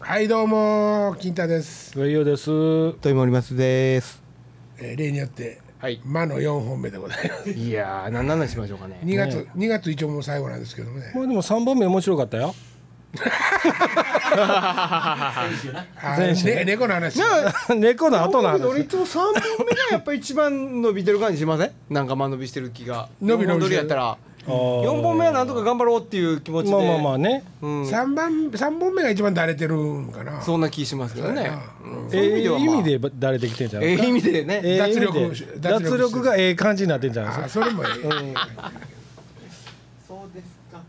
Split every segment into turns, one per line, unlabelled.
はいどうも金太です、
上尾です。
といもりますです。
えー例によって
はい
魔の四本目でござい ます
いやー、なんなんなんしましょうかね。
2月、2月一応もう最後なんですけどもね
まあでも三本目面白か ったよ。
あ
前
ー
週
ね猫の話
猫の後の話。
俺いつも三本目がやっぱ一番伸びてる感じしません。なんか間延びしてる気が。
伸び伸び
四本取りやったら。
四
四本目はなんとか頑張ろうっていう気持ちで。
まあまあまあね。
うん
三番三本目が一番だれてるんかな
そんな気しますけどね。うんそう
え
いう
え
意味では、まあ。
意味でだれてきてんじゃな
ええ
い
意味でね。
ええ意
脱
味で
力脱力
脱力がええ感じになってんじゃない
あ
ですか。
それもええ
そうですか。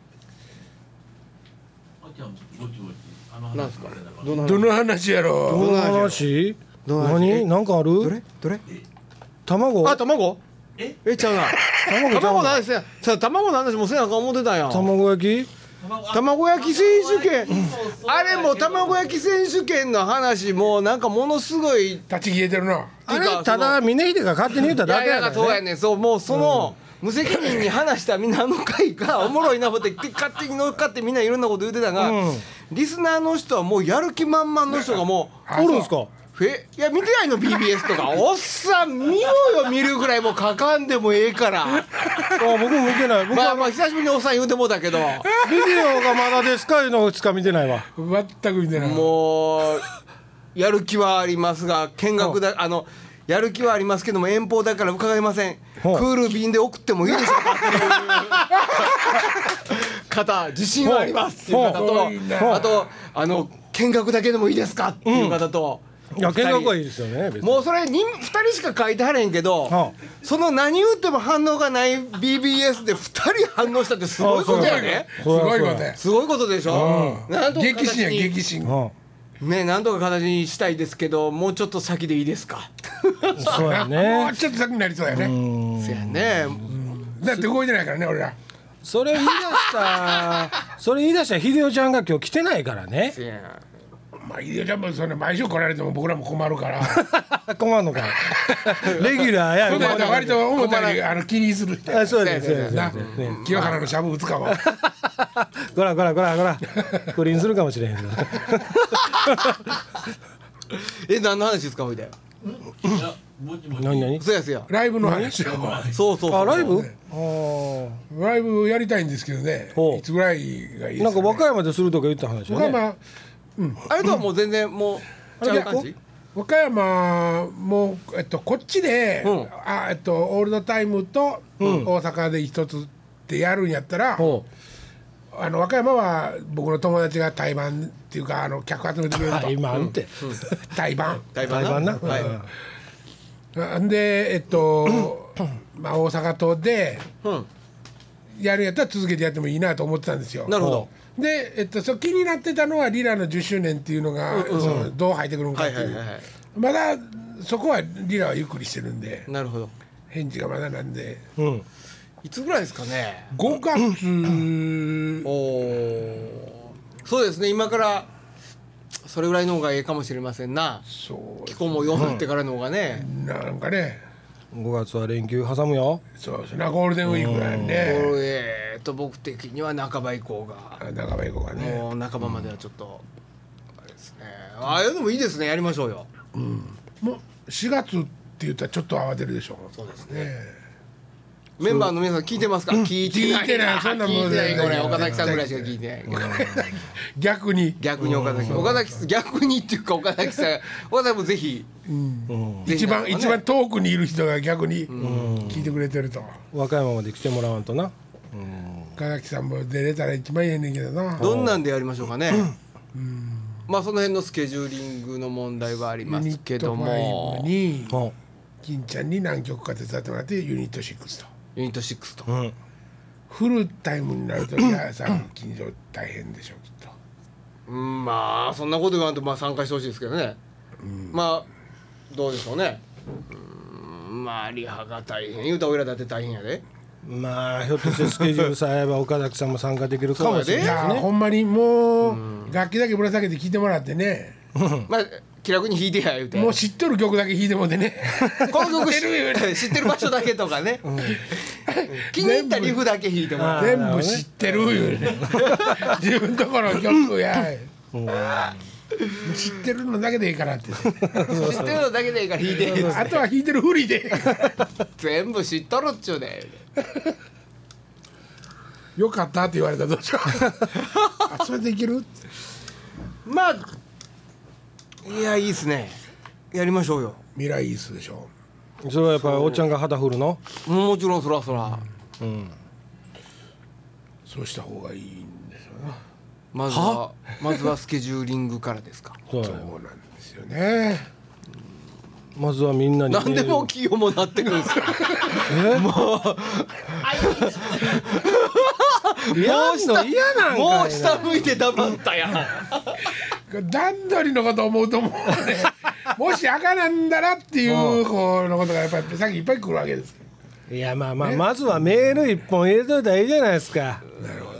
な
なんですか。どの
どの話やろ
どの
どの味
話？
どの味
何？なんかあ
どれ
る？
どれ。
卵？
あ、
卵
卵。
え
え、ちゃうな。
ちゃう
卵
の
なんですね。さあ、卵なんです。もうせなあかん思ってたんやん。
卵焼き？
卵焼き選手権あれも卵焼き選手権の話もうなんかものすごい
立ち消えてるな
あ
てか
れただ峰秀が勝手に言った
いや
だ
い
け
や
や
なんか
か
そう
ら
や
ね。
ねんそうもうその無責任に話したみんなあの回がおもろいな思って勝手に乗っかってみんないろんなこと言ってたが、
うん
リスナーの人はもうやる気満々の人がもう
あ
おるんすか？
フェいや見てないの BBS とかおっさん見ようよ見るぐらいもう書かんでもええから
あ僕も見てない。 僕
まあ
は
まあ久しぶりにおっさん言うてもうたけど
ビデオがまだですかいうのをしか見てないわ。
全く見てない
もうやる気はありますが見学だあのやる気はありますけども遠方だから伺いませんク
ほう
ール便で送ってもいいでしょうかっていう 方自信はありますっていう方
ほう
と
ほう
あとあの見学だけでもいいですかっていう方と。
いや見学はいい
二人
ですよね。別に
もうそれ 2, 人しか書いてはれへんけど、
は
その何言っても反応がない BBS で2人反応したってすごいことやね
すごいことや
すごいことでしょ、なんとか
激震や
形に
激震
うん。
ねなんとか形にしたいですけどもうちょっと先でいいですか
そうや
も
ね
う。ちょっと先になりそうやね
そやね
だって動いてないからね俺ら
それを言い出した、それ言い出した秀夫ちゃんが今日来てないからね。
せや
まあいいよちゃんもそんな毎週来られても僕らも困る から
困んのか。レギュラーや。
そんな割と思ったよりあの気にする人や
あ、そうです。そうです。
な清原のしゃぶ打つか も
ごらごらごらごら。不倫するかもしれへんな。
え何の話ですかほいで
何何。
そうやそうや
ライブの話 を
そうそうそう
あ、ライブ。あ
ライブやりたいんですけどね
ほう
いつぐらいがいいで
あ。なん
すかね
か和歌山でするとか言った話
和歌
よね。
山
あれとはもう全然もうちゃう感じ
和歌山もえっとこっちで
うん
あえっとオールドタイムと大阪で一つってやるんやったら
ほ
あの和歌山は僕の友達が台湾っていうかあの客集めてくれ
う。
る
あ、今あんて。
と台湾
台
台湾な。
はい
うん
んでえっとまあ大阪とで
うん
やるんやったら続けてやってもいいなと思ってたんですよ
なるほど
で、えっと、そう気になってたのはリラの10周年っていうのが、そのどう入ってくるのか
は
っ
い
て、
はいいうはいは
まだそこはリラはゆっくりしてるんで
いなるほど
返事がまだなんで
うん。
いつぐらいですかね
5月
おおそうですね今からそれぐらいの方がええかもしれませんな
そ
気候も弱くなってからの方がね
うなんかね
五月は連休挟むよ。
そうですなゴールデンウィークが
こ
ね
れえーっと僕的には半ば以降が
あ中場行こうかね
もう半ばまではちょっとあれですねああでもいいですねやりましょうよ
もう4月って言ったらちょっと慌てるでしょ
そうですねメンバーの皆さん聞いてますか聞いてない
聞いてないそんなもん
聞いてない
全然
これ岡崎さんぐらいしか聞いてないけど
逆に
逆に岡崎岡崎さん逆にっていうか岡崎さん岡崎もぜひぜひ
一番
ね
一番遠くにいる人が逆に聞いてくれてると
和歌山まで来てもらわんとな。
岡崎さんも出れたら一番ええねんけどな
どんなんでやりましょうかねまあその辺のスケジューリングの問題はありますけど
ユニットファイ
も
ブに
うん。
金ちゃんに何曲か手伝ってもらってユニット6と
ユニット6と
うん。
フルタイムになると皆さん近所大変でしょうきっ
うんまあそんなこと言わんとまあ参加してほしいですけどね、まあどうでしょうねうんまあリハが大変言うたら俺らだって大変やで
まあ、ひょっとしてスケジュールさえ合えば、岡崎さんも参加できるかもし
と
れ
い
ない
やーほんまにもう楽器だけぶら下げて聴いてもらってね
まあ気楽に弾いてや言うて
もう知っとる曲だけ弾いてもらってね
この曲
知ってるよ
知知ってる場所だけとかね、気に入ったリフだけ弾いてもらう
全部知ってるよね自分とこの曲や知ってるのだけでいいからって
知ってるのだけでいいから弾いて
あとは弾いてるふりで
全部知っとるっちゅうね
よかったって言われたらどうしようあそれでいけるって
まあいやいいっすねやりましょうよ
未来イースでしょ
それはやっぱりおっちゃんが旗振るの
もちろんそらそら
そうした方がいいんですよね
まずはまずはスケジューリングからですか
そうや
そうなんですよね
まずはみ んなにメー
な
ル
んでもう器用もなってくるんですか
やんの嫌なんかいな
もう下向いて黙ったやん
段取りのこと思うと思うねもし赤なんだなっていう方のことがやっぱりさっきいっぱい来るわけです
いやまあまあまずはメール一本入れといたらいいじゃないですか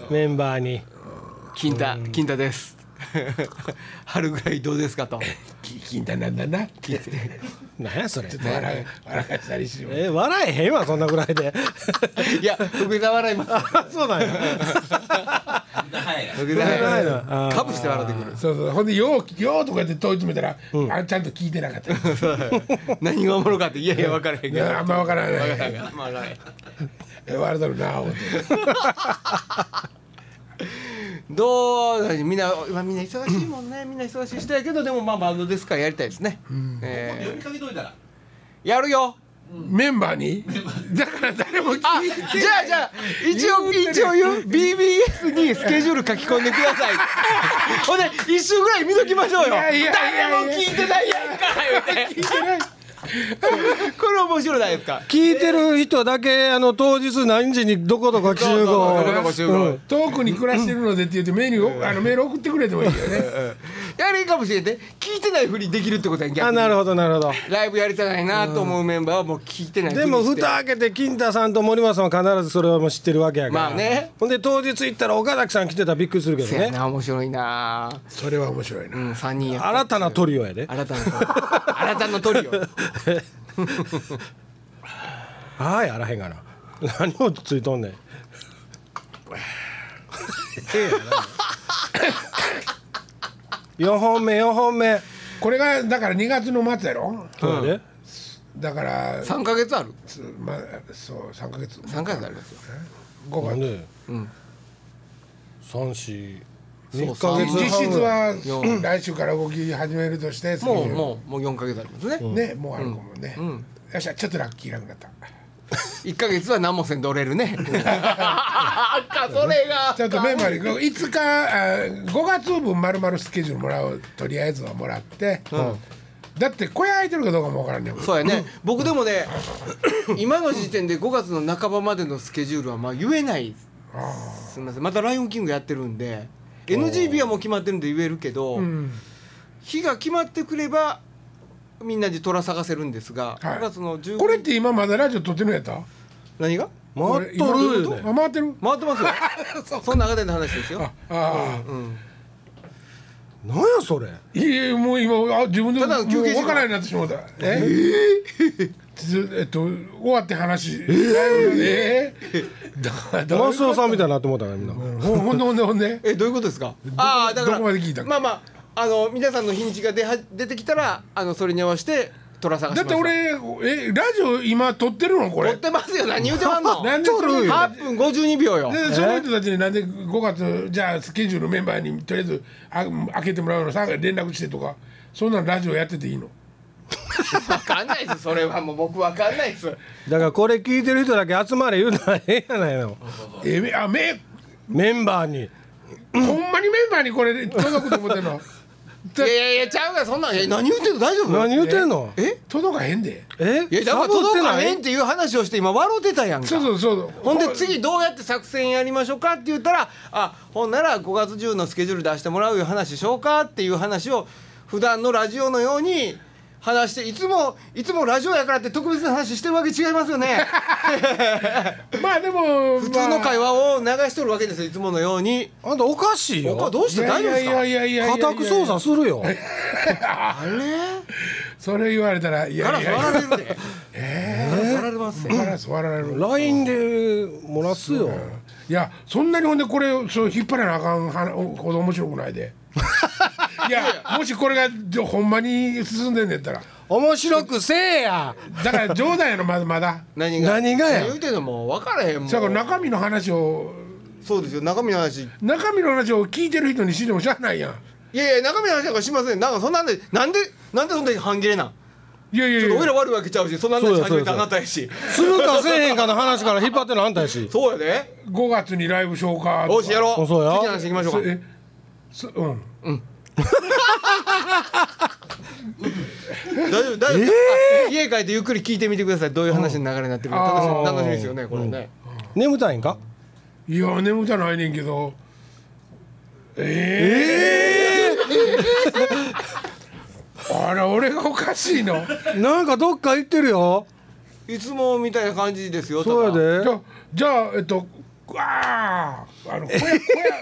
メンバーに
金太金太です 春ぐらいどうですかと
き金太なんだなってちょ
何やそれ
っと笑う笑かしたりしよう
え笑えへんわそんなぐらい で
いや福井さん笑います
そうなんや
福井さん
笑
笑
え
い
ないの
ますかぶして笑ってくる
そうそうほんでようようとかやって問い詰めたら、あちゃんと聞いてなかったり
何がおもろかっていやいや分からへんけ
い
ど
やあんまわからない
分からへんからまあ分からへん
え笑うだろうな思って
どうみんな今みんな忙しいもんねみんな忙しい人やけどでもまあバンドですからやりたいですね、え
呼びかけといたら
ーやるよ
メンバーにだから誰も聞い
あ
て
じゃあじゃあ一応一応言う BBS にスケジュール書き込んでくだ さいほんで一週ぐらい見ときましょうよ
いやいやいや
誰も聞いてないやんか言うてこれ面白ないですか
聞いてる人だけあの当日何時にどこどこ集合
どこどこ集合
うん
遠くに暮らしてるのでって言ってメールをあのメール送ってくれてもいいよね
やれんかもしれんね聞いてないふりできるってことやん逆
あ
に
なるほどなるほど
ライブやりたないなと思うメンバーはもう聞いてないふり
でも
して
蓋開けて金太さんと森松さんは必ずそれはもう知ってるわけやから
まあね
ほんで当日行ったら岡崎さん来てたらびっくりするけど
せや
ね
な面白いな
それは面白いな
うん3人や
新たなトリオやで
新たな新たなトリオ
ああやらへんがな何をついと んねん4本目4本目
これがだから2月の末やろ
そうやで
だから
3か月ある
つまあそう3ヶ月
3か月ありますよ
5
なん
月
で3 4
う
1ヶ月
実質
半ぐらい
は
うん
来週から動き始めるとして
もうもうもう4か月ありますね
うねもうあるかもねよっしゃちょっとラッキーランだった
1か月は何もせんで折れるねあかそれが
ちょっとメンバーに5日あ5月分まるまるスケジュールもらうとりあえずはもらってだって小屋空いてるかどうかもわからんねんもん
そうやね僕でもね今の時点で5月の半ばまでのスケジュールはまあ言えないすみませんまた「ライオンキング」やってるんで NGB はもう決まってるんで言えるけど、日が決まってくればみんなで虎探せるんですが、
はい
5月の15
これって今まだラジオ撮ってるんやった
何が
回っとるよ
これ今
ね
あ回ってる
回ってます よその中での話ですよ
ああ、
何やそれ
いえもう今あ自分で
ただ休憩時間
もう分からんようになってしまうたえつえっと終わって話ええだだ
マスオさんみたいになって思ったからみんな
ほんほんでほんでほんで
えどういうことですかああだから
どこまで聞いたの
まあまああの皆さんの日にちが出は出てきたらあのそれに合わせて虎探し
だ
ま
っ
す
て俺えラジオ今撮ってるのこ
撮っ
れ
てます よ何言うてまんの
なんでそれを言うの
8分52秒よ
でその人たちになんで5月じゃあスケジュールメンバーにとりあえずあ開けてもらうのさ連絡してとかそんなんラジオやってていいの
分かんないですそれはもう僕分かんないです
だからこれ聞いてる人だけ集まれ言うのはええやないの
えめあめ
メンバーに
ほんまにメンバーにこれ届くと思ってん の
いやいやいやちゃうがそんなんえ何言うてんの大丈夫
何言うてんの
え
届かへんで
え
いやだから
サボっ
届
て
か
な
へ
い
んっていう話をして今笑うてたやんか
そうそうそうそう
ほんで次どうやって作戦やりましょうかって言ったらあほんなら5月中のスケジュール出してもらういう話しようかっていう話を普段のラジオのように話していつもいつもラジオやからって特別な話してるわけ違いますよね
まあでも
普通の会話を流しとるわけですよいつものように
あんたおかしいよ
僕はどうして大丈夫ですか
いやいやいやいや
家
いや
宅捜査するよ
あれ
それ言われたらい
ガ
や
ラ
い
ス
や
割られるで
え
ガラス割られます
え
よ
ガラス割られる
LINE で漏らすよ
いやそんなにほんでこれそう引っ張らなあかんはなほど面白くないでいやもしこれがじょほんまに進んでんねやったら
面白くせえや
だから冗談やろまだまだ
何が
何がや
言うてんのもう分からへんもん
だから中身の話を
そうですよ中身の話い
中身の話を聞いてる人にしてもしゃあないやん
やいや中身の話なんかしませんなんかそんなんでなんでなんでそんなに半切れなん
いやいや
ちょ
い
っと
や
俺ら悪いわけちゃうしそんな話
そうや
始めた
そうや
あなたやし
するかせえへんかの話から引っ張ってるのあんたやし
そうやで
5月にライブ消化
よしやろう
そうや
次の話行きましょうか
えそうん
大丈夫大丈夫、あ家帰ってゆっくり聞いてみてくださいどういう話の流れになってくるか楽しみ
あー
楽しみですよねこれね、
眠たいんか
いや眠たないねんけどええあら俺がおかしいの
なんかどっか行ってるよ
いつもみたいな感じですよ
そう
ただ
や
じ
で
ゃじゃあえっとあーあの小屋小屋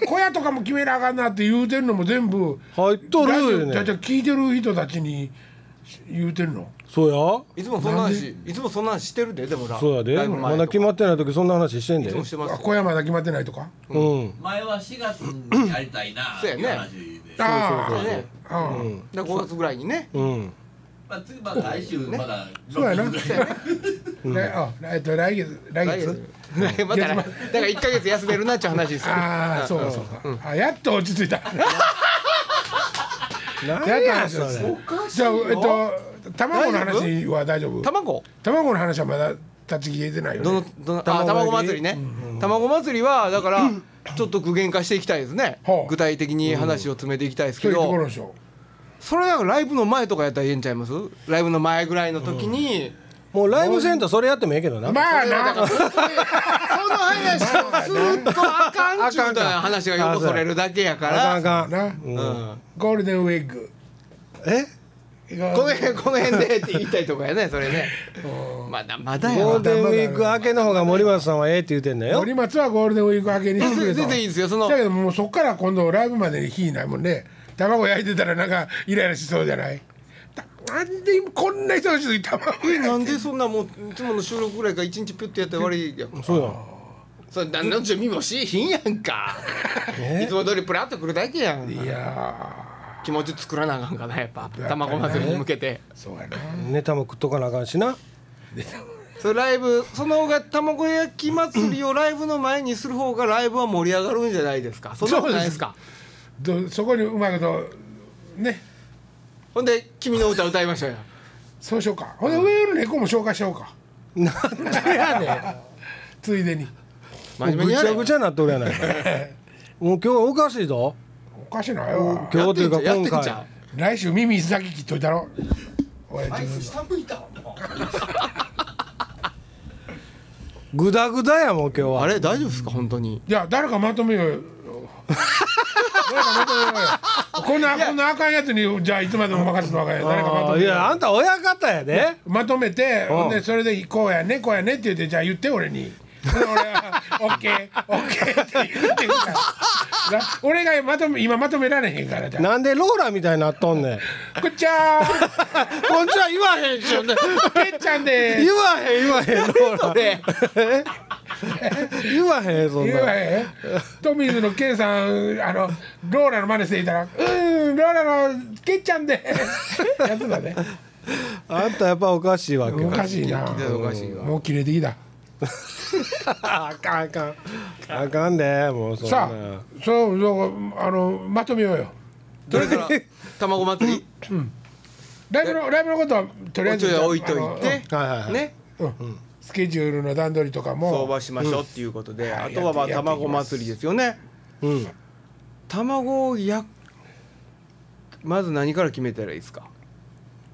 小屋とかも決めなあかんなって言うてんのも全部
入っと
ラジ
る
オ
よ
じゃあじゃ
ね
あ聞いてる人たちに言うてんの
そうや
いつもそんな話いつもそんな話してるででもラ
そうや
ラ
で
イブ前
まだ決まってない時そんな話してん
い
で
つもしてま
あ
す
小屋まだ決まってないとか
うん
前は4月にやりたいなって
そうやね
いう話で、
あ
そう
ー
ね
あー
だ5月ぐらいにね
うん
まあ、次まあ来週まだ
そうやな
6月ぐらい
ねあえっと来月来
来
月
月 また来だから1か月休めるなっちゃう話ですよ
ああそうかそうか、あやっと落ち着いた
何
やった
や
話
そ
です
れ
ねじゃあえっと卵の話は大丈夫
卵
卵の話はまだ立ち消えてないよ
ど
ね
のどのあ
卵
卵
焼き
祭りね、卵祭りはだからちょっと具現化していきたいですね、
はあ
具体的に話を詰めていきたいです
そ
け
ういう
ど、
ところでしょ
それだからライブの前とかやったらええんちゃいますライブの前ぐらいの時に、
もうライブセンターそれやってもええけどな
まあ
それは
な
だからそこでその話をするとあかんちゅうた話がよこそれるだけやか
あからんあかん
な
うん
ゴールデンウィーク
え
ゴール
この辺この辺でって言いたいとかやねそれねまだまだや
ゴー
わ
ルデンウィーク明けの方が森松さんはええって言うてんだよ
森松はゴールデンウィーク明けにしてくれと
全然いいですよその
だけどもうそっから今度ライブまでに火ないもんね卵焼いてたらなんかイライラしそうじゃないたなんでこんな忙しい時に卵焼いて
なんでそんなもういつもの収録ぐらいから一日ピュッてやって終わりやん
そうや
それ何の準備もしひんやんかいつも通りプラッとくるだけやん
いや
気持ち作らなあかんかなやっぱ卵祭りに向けて
ーそうやな
ネタも食っとかなあかんしな
それライブその方が卵焼き祭りをライブの前にする方がライブは盛り上がるんじゃないですかそんなことないですか
どそこにうまいことね
ほんで「君の歌」歌いましょうよ
そうしようかほんで上の猫も紹介しようか
なんでやねん
ついでに
真面目
ぐ
にや
ち
れ
ゃぐちゃなっとるやないかもう今日はおかしいぞ
おかしないわ
今日というか
やってん
今
じゃ
回
んやってん
来週耳だけ切っといたろおや
あい
自
つ
分
下向いたわもう
グダグダやもう今日
あ
は
れ大丈夫ですか本当に
いや誰かまとめよう よ誰かまとめようよこんなこんなあかんやつにじゃあいつまでも任せてわかんや誰かまと
あ
め
い
よう
やあんた親方やで
まとめて
ん
ほんでそれでこうやねこうやねって言ってじゃあ言って俺 にほんで俺はオッケーオッケーって言 ってくからな俺がまとめ今まとめられへんからじゃ
なんでローラみたいになっとんねん
あこっちゃ
こんちは言わへんしょね
ーけっちゃんで
言
す
わへん言わへんローラ
で
え言わへんそん
言えば
な
ええトミーズのケンさんあのローラの真似していたら「うーんローラのケンちゃんです」やつだね
あんたやっぱおかしいわ
お
今日
かしいな
おかしいわ
もう切れてきた
あかんあかんあかんでもうそん
さ
な
あそうそうあのまとめようよ
どれから卵祭り
ライブのライブのことはとりあえず
おちょい置いといて
あのはいはいはい
ね
うんスケジュールの段取りとか
相
も
場しましょうっていうことで
ん
あとはまあ
やってやってい
卵
きます
祭りですよね
うん
卵を焼くまず何から決めたらいいですか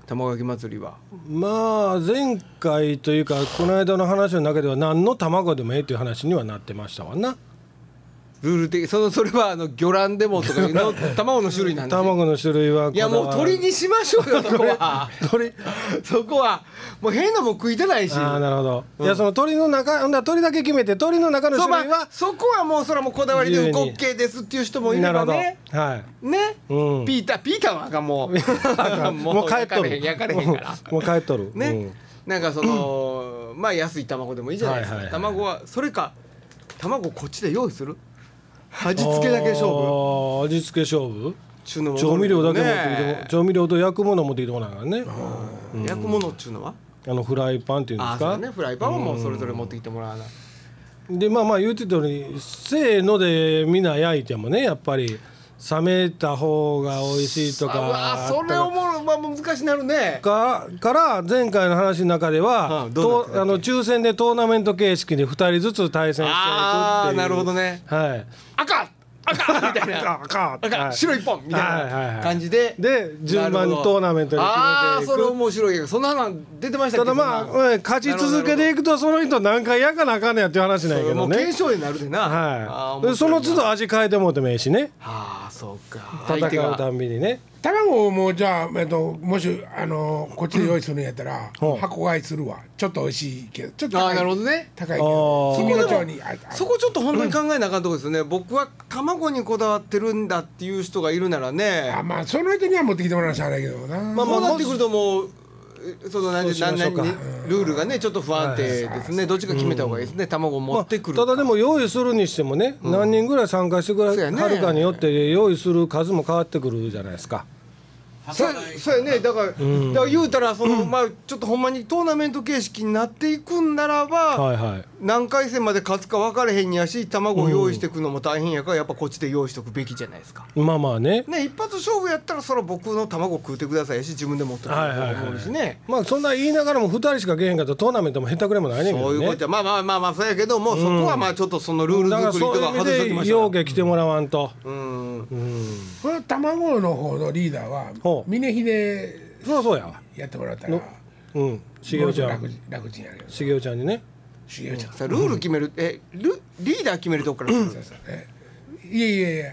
卵焼き祭りは
まあ前回というかこの間の話の中では何の卵でもええという話にはなってましたわな
ルール的そのそれはあの魚卵でもとかいうの卵の種類なんですよ
卵の種類はこ
いや
だわ
もう鶏にしましょうよそ こは
鶏
そこはもう変なもん食いてないし
ああなるほど、いやその鳥の中ほんなら鳥だけ決めて鳥の中の
そう
種
ま
類
あ
は
そこはもうそれはもうこだわりで
自由
う
に
こっけですっていう人もいれ
なる
ば
ほど
ね
は
ね、
うん
ピーターピーターはあかん もう
いもう帰っとる
焼かれへん焼かれへんから
もう帰っとる
ね、
うん
なんかそ のまあ安い卵でもいいじゃないですか、
はいはいはい
卵はそれか卵こっちで用意する味付けだけ勝負
あー味付け勝負
ちゅうのも
調味料だけ持ってきても、
ね
調味料と焼くもの持ってきてもらうからね
焼くものっちゅうのは
あのフライパンっていうんで
あ
す
そう
か
だねフライパンはもうそれぞれ持ってきてもらわな
でまあまあ言うてたようにせーのでみんな焼いてもねやっぱり冷めた方が美味しいとか
あそれ
あったか
おもろまあ難しなるね
かから前回の話の中では、
うんどうなっ
と
てたっけ
あの抽選でトーナメント形式で2人ずつ対戦していくっていう
ああなるほどね
はい
赤赤みたいな
赤
赤、
はい
白一本みたい
はいはいは
ない感じで、
で順番にトーナメントに決めていく
ああーそれ面白いけどそんなの出てました
た
け
だ
ど
まあ、うん勝ち続けていくとその人何回やかなあかんねやっていう話なんやけ
も
ど
う
ね
検証になるでな、あ
は
ー
い、その
面白
都
いな
度味変えてもうてもええしね
ああそうか
戦
相手
う
が
たんびにね
卵をもうじゃあ、えっと、もしあのこっちで用意するんやったら、
うん
箱買いするわちょっと美味しいけどちょっと
あ
高
あ
い
なるほどね
高いけ
あ
ど
ー
住野町にああ
そこちょっと本当に考えなあかんとこですよね僕は卵にこだわってるんだっていう人がいるならね
あまあその人には持ってきてもらわなしゃあないけどな、
まあ
そうなってくるともうその何
そう
で
しま
何
しょうか
々にルールがねちょっと不安定ですねどっちか決めた方がいいですね卵を持ってくる
まあただで
も
も用意するにしてもね、何人ぐらい参加してく
そうや
れ
ね
はるかによって用意する数も変わってくるじゃないですか
そうそうやねだからだから言うたらそのまあちょっとほんまにトーナメント形式になっていくんならば
はいはい
何回戦まで勝つか分かれへんやし卵を用意していくのも大変やからやっぱこっちで用意しておくべきじゃないですか。
まあまあね
ね、一発勝負やったらそら僕の卵食うてくださいやし自分で持ってくる
はいはいはい
思うしね
まあそんな言いながらも2人しかけへんかったらトーナメントも下手くれもないねんけ
そ
ど
ういうこ
ね
とやまあまあまあまあそうやけどもそこはまあちょっとそのルール
だから
作りと
そう
か
いう意
外しておき
味
ま
で
しょ
よ
う
うけ来てもらわんと、
うん
この卵の方のリーダーは
ほう
峰秀
そうそうやわ
やってもらったら
うんしげおちゃ
楽
ん
人楽ちんやるよ
しげおちゃんにね
しげおちゃん
さあルール決めるえルリーダー決めるとこからするんですよ
えいやいやいや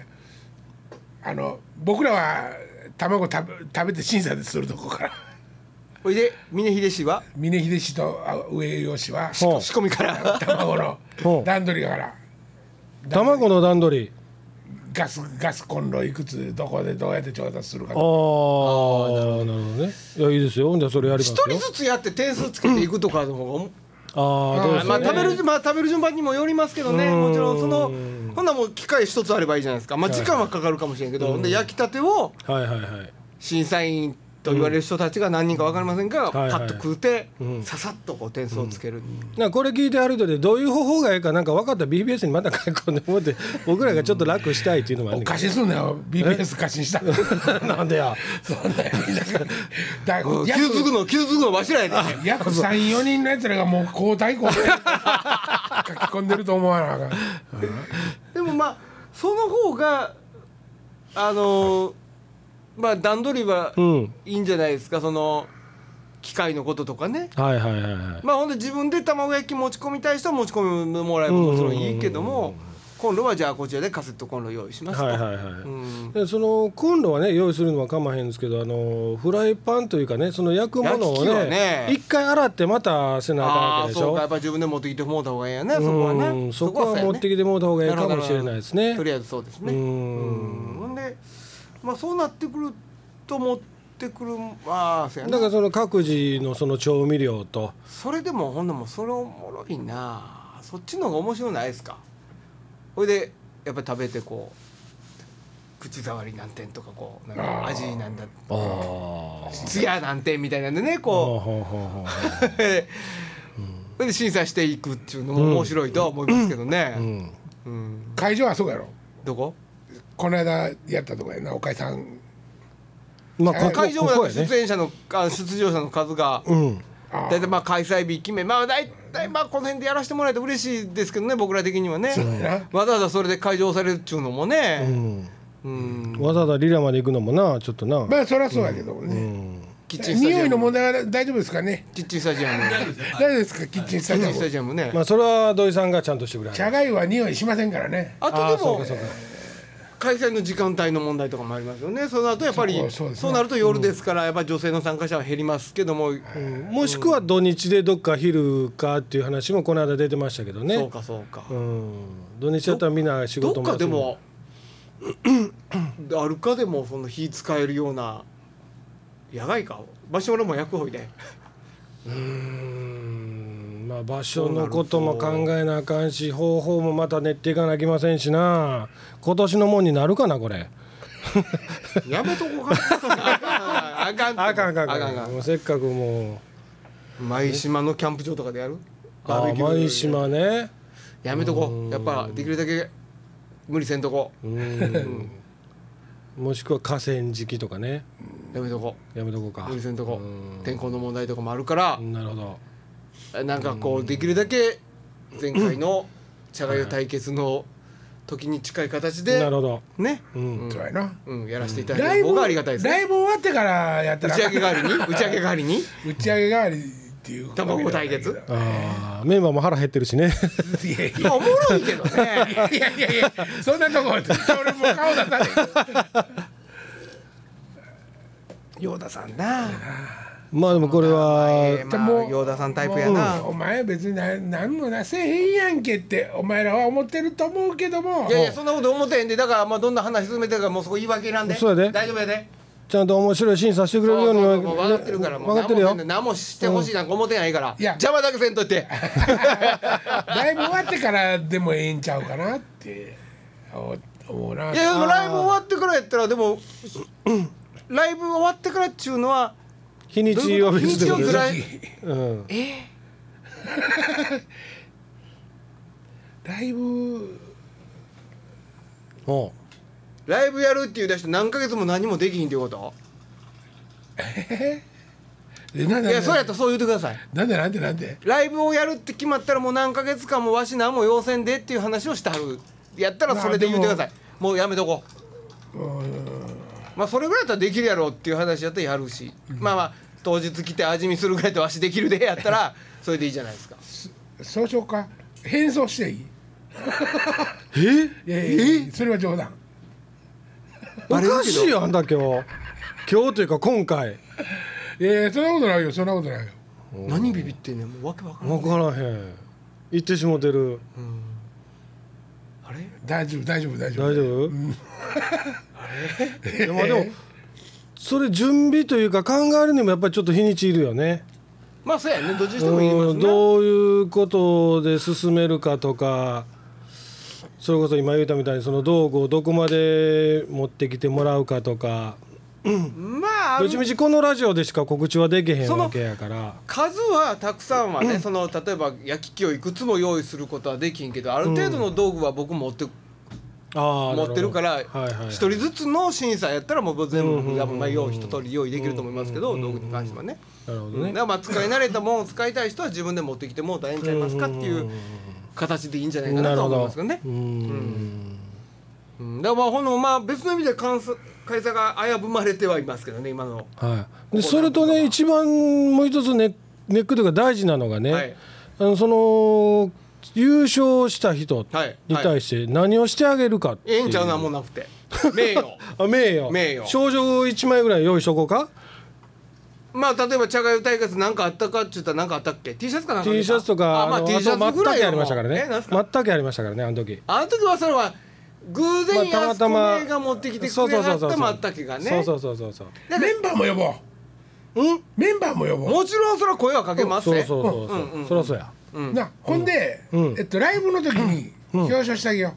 あの僕らは卵食べ食べて審査でするとこから
ほいで峰秀氏は
峰秀氏とあ上陽氏は
ほう
仕込みから
卵
ほ
の
う
段取りだから
卵の段取り
ガスガスコンロいくつどこでどうやって調達するか
ああなるほどねいやいいですよじゃあそれやります
一
よ
人ずつやって点数つけていくとかの方が
ああどうで
まあ
す
食
か
べ
ね
る順まあ食べる順番にもよりますけどねもちろんそのほんならもう機械一つあればいいじゃないですかまあ時間はかかるかもしれんけどで焼きたてを
はいはいはい
審査員と言われる人たちが何人か分かりません
は
が、
いはい
パッと食うて、ささっとこう点数をつける、
なんかこれ聞いてある人でどういう方法がいいかなんか分かったら BBS にまた書き込んでもって 僕らがちょっと楽したいっていうのもあるんだ
過
け
信すんなよ BBS 過信した
どなんでや
そんなにだからだから
うん
約
傷つくの傷つくのわしらやで、ね、
約34人のやつらがもう交代交代書き込んでると思わなあかん
でもまあその方があのーまあ段取りは
うん
いいんじゃないですかその機械のこととかね
はいはいはいはい
まあほんで自分で卵焼き持ち込みたい人は持ち込みもらえばもちろんいいけどもコンロはじゃあこちらでカセットコンロ用意しますと、
はいはいは
う
い
ん
でそのコンロはね用意するのは構わへんですけどあのフライパンというかねその焼くもの
焼き
を
器はね
ね一回洗ってまたせなあかんわ
あ
け
あ
でし
そう
ょ
かやっぱり自分で持ってきてもらった方がいいやねそこは
う
ね
んそこは持ってきてもらった方がいいかもしれないですね
とりあえずそうですね
う
うん
ん
ほんでまあそうなってくると持ってくるああそうや
だか
な
らその各自のその調味料と
それでもほんなもうそれおもろいなそっちの方が面白ないですかほいでやっぱり食べてこう口触り何点とかこうなんか味なんだ
ああ
ツヤ何点みたいなんでねこうそれで審査していくっていうのも面白いとは思いますけどね、
うん
会場はそうやろ
どこ
この間やったとこやなおかいさん
まあここ
会場もなん
ここ
か
やね
出演者のあ出場者の数が
うん
あ
大体まあ開催日決めまあ大体まあこの辺でやらせてもらえて嬉しいですけどね僕ら的にはね
やな
わざわざそれで会場されるっちゅうのも
う
ね
ん
うん
わざわざリラまで行くのもなちょっとな、
まあそりゃそうやけどもね、
キッチンスタジ
匂い
ア
の
ム
問題は大丈夫ですかね
キッチンスタジアム
大丈夫ですかキッチンス
キ
タジ
ッチ
ア
ンスタ
ム
ジアムね
まあそれは土井さんがちゃんとしてくれは
じゃ
る
がいは匂いしませんからね
あ
あ
と
あ
で
そう
も
かそうか
開催の時間帯の問題とかもありますよねその後やっぱり
そうそうですね
そうなると夜ですからやっぱ女性の参加者は減りますけども
もしくは土日でどっか昼かっていう話もこの間出てましたけどね
そうかそうか
うん土日だったらみんな仕
ど
事
っ
も
かでもあるかでもその火使えるような野外か場所俺も焼くほいで
うんまあ場所のことも考えなあかんし方法もまた練っていかなきゃいけませんしな今年のもんになるかなこれ
やめとこうかなあかん
あかんあかん
あ
あ
か
か
ん
ん
あか
もうせっかくもうん
舞島のキャンプ場とかでやる
あー舞島ね
やめとこうやっぱできるだけ無理せんとこ
うんもしくは河川敷とかね
やめとこ
やめとこうか
無理せんとこ
うん
天候の問題とかもあるから
なるほど
なんかこうできるだけ前回の茶がゆ対決の時に近い形で
なるほど
ね
うん
そうやな
うんやらせていただ
ラ
い
イ
た
ブ
方がありがたいです
ラ
ね
イブ終わってからやった
打
ら
ち上げ代わりに打ち上げ代わりに
打ち上げ代わりっていう
卵対決
あーメンバーも腹減ってるしね
いやいや
まあおもろいけどね
いやいやいやそんなとこ俺もう顔出さない
ヨーダさんな
まあでもこれは
まあヨーダさんタイプやな
もうお前別に何何もなせえへんやんけってお前らは思ってると思うけども
いやいやそんなこと思ってへんでだからまあどんな話進めてるかもうそこ言い訳いらんで
そうやで
大丈夫やで
ちゃんと面白い審査してくれるようには
もう分かってるからもう
分かってるよ
何もせんで何もしてほしいなんか思ってないから
いや
邪魔だけせんといて
ライブ終わってからでもええんちゃうかなって思思うない
やでもライブ終わってからやったらでもライブ終わってからっちゅうのは
日にちは別で
どういうこと日にちをず
いう
ら
ん
ライブ
おう
ライブやるっていう出して何ヶ月も何もできひんっていうこと
えなん
い
で
やそうやったらそう言うてください
なんでなんでなんで
ライブをやるって決まったらもう何ヶ月間もわし何も要せんでっていう話をしてはるやったらそれで言うてくださいもうやめとこうまあそれぐらいやったらできるやろうっていう話やったらやるし、まあまあ当日来て味見するぐらいでわしできるでやっ たらそれでいいじゃないですか
そうしようか変装していい
え
いやいやいやそれは冗談
おかしいよあんだ今日今日というか今回
いやいやそんなことないよそんなことないよ
何ビビってんねんもうわけわからん
分からへん言ってしもてる
あれ
大丈夫大丈夫大丈夫
大丈夫いやまあでもそれ準備というか考えるにもやっぱりちょっと日にちいるよね
まあそうやねどっちにしても言います
うん
な
どういうことで進めるかとかそれこそ今言ったみたいにその道具をどこまで持ってきてもらうかとか
まあ
どっちみちこのラジオでしか告知はできへんわけやから
数はたくさんはね、その例えば焼き器をいくつも用意することはできんけどある程度の道具は僕持って
あー
持ってるから
なほどはいはいはい
一人ずつの審査やったらもう全部多分まあ用意一通り用意できると思いますけど道具に関してはね
なるほど
だ
ね
からまあ使い慣れたもんを使いたい人は自分で持ってきてもう大変ちゃいますかっていう形でいいんじゃないかなとは思いますけどね
うーん
うんだからまあほんのまあ別の意味で監査会社が危ぶまれてはいますけどね今の
はい、でそれとね一番もう一つネネックというか大事なのがね、
はい
あのその優勝した人
はい
に対して何をしてあげるかって
え
い
えんちゃうなもんなくて名誉
あ名誉
名誉
賞状1枚ぐらい用意しとこうか
まあ例えば茶がゆ対決なんかあったかって言ったらなんかあったっけ T シャツかなんか
T シャツとか
あまあ
の
T シャ
あ
ツ
と
ぐら
全く
いや
あり
もん
ましたから
え
ね
なんすか
全くありましたからねあの時
あの時はそれは偶
まあ
然安子姉が持ってきてくれはったまったけが
そう
ね
そうそうそうそう
メンバーも呼ぼうメンバーも呼ぼ
もちろんそれは声はかけます
そう
ね
そうそうそう、そりゃそうや
うなほんで
うん
えっとライブの時に表彰してあげよ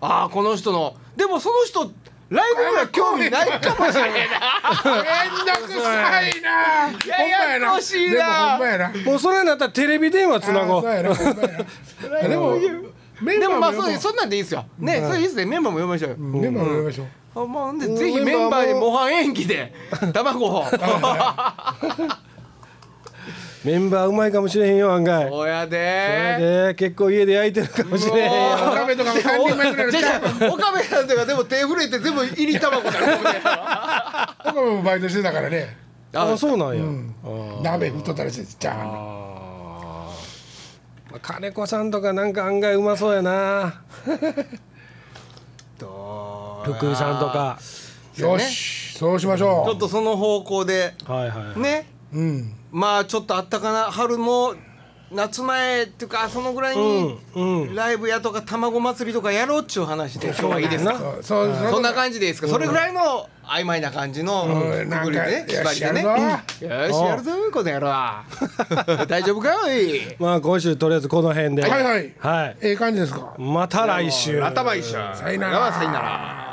ああこの人のでもその人ライブには興味ないかもしれないな
うめんどくさいない
ややってほしいな
ほんまやなで
もうそれになったらテレビ電話つな
もほ
ご
んま
う
やなあそうやなほんまやなで もメン
で
バ
も
ー
ま
も呼
あそ
ぼ
うそんなんでいいですよねそれいいですねメンバーも読みましょうよ
うメンバーも呼びましょう
あまあほんで
ん
ぜひメンバーに模範演技で 卵を
メンバーうまいかもしれへんよ案外
おや
それ
で
で結構家で焼いてるかもしれへんよ
うわ
岡部とかも3人前ぐらいの
じゃじ
近
ゃ
い
岡部さんとかでも手震えて全部入り卵からこう ね
岡部もバイトしてたからね
あそうなんや、あ
鍋太ったらしてちゃ
あー金子さんとかなんか案外うまそうやな
どう
福井さんとか
ーよしそうしましょ
ちょっとその方向で
はいはい、
ね
ううん
まあちょっとあったかな春も夏前っていうかそのぐらいに
うんうん
ライブやとか卵祭りとかやろうっちゅう話で今日はいいですか
そうそう
そ
そ
んな感じでいいですかそれぐらいの曖昧な感じの
うん
くくりでね
なんか
縛りでね
よしや
うんよしやるぞこの野郎 大丈夫かおい
まあ今週とりあえずこの辺で
は
はい
はい
はい
ええ感じですか
また来週
頭一緒さ
いなら
さいなら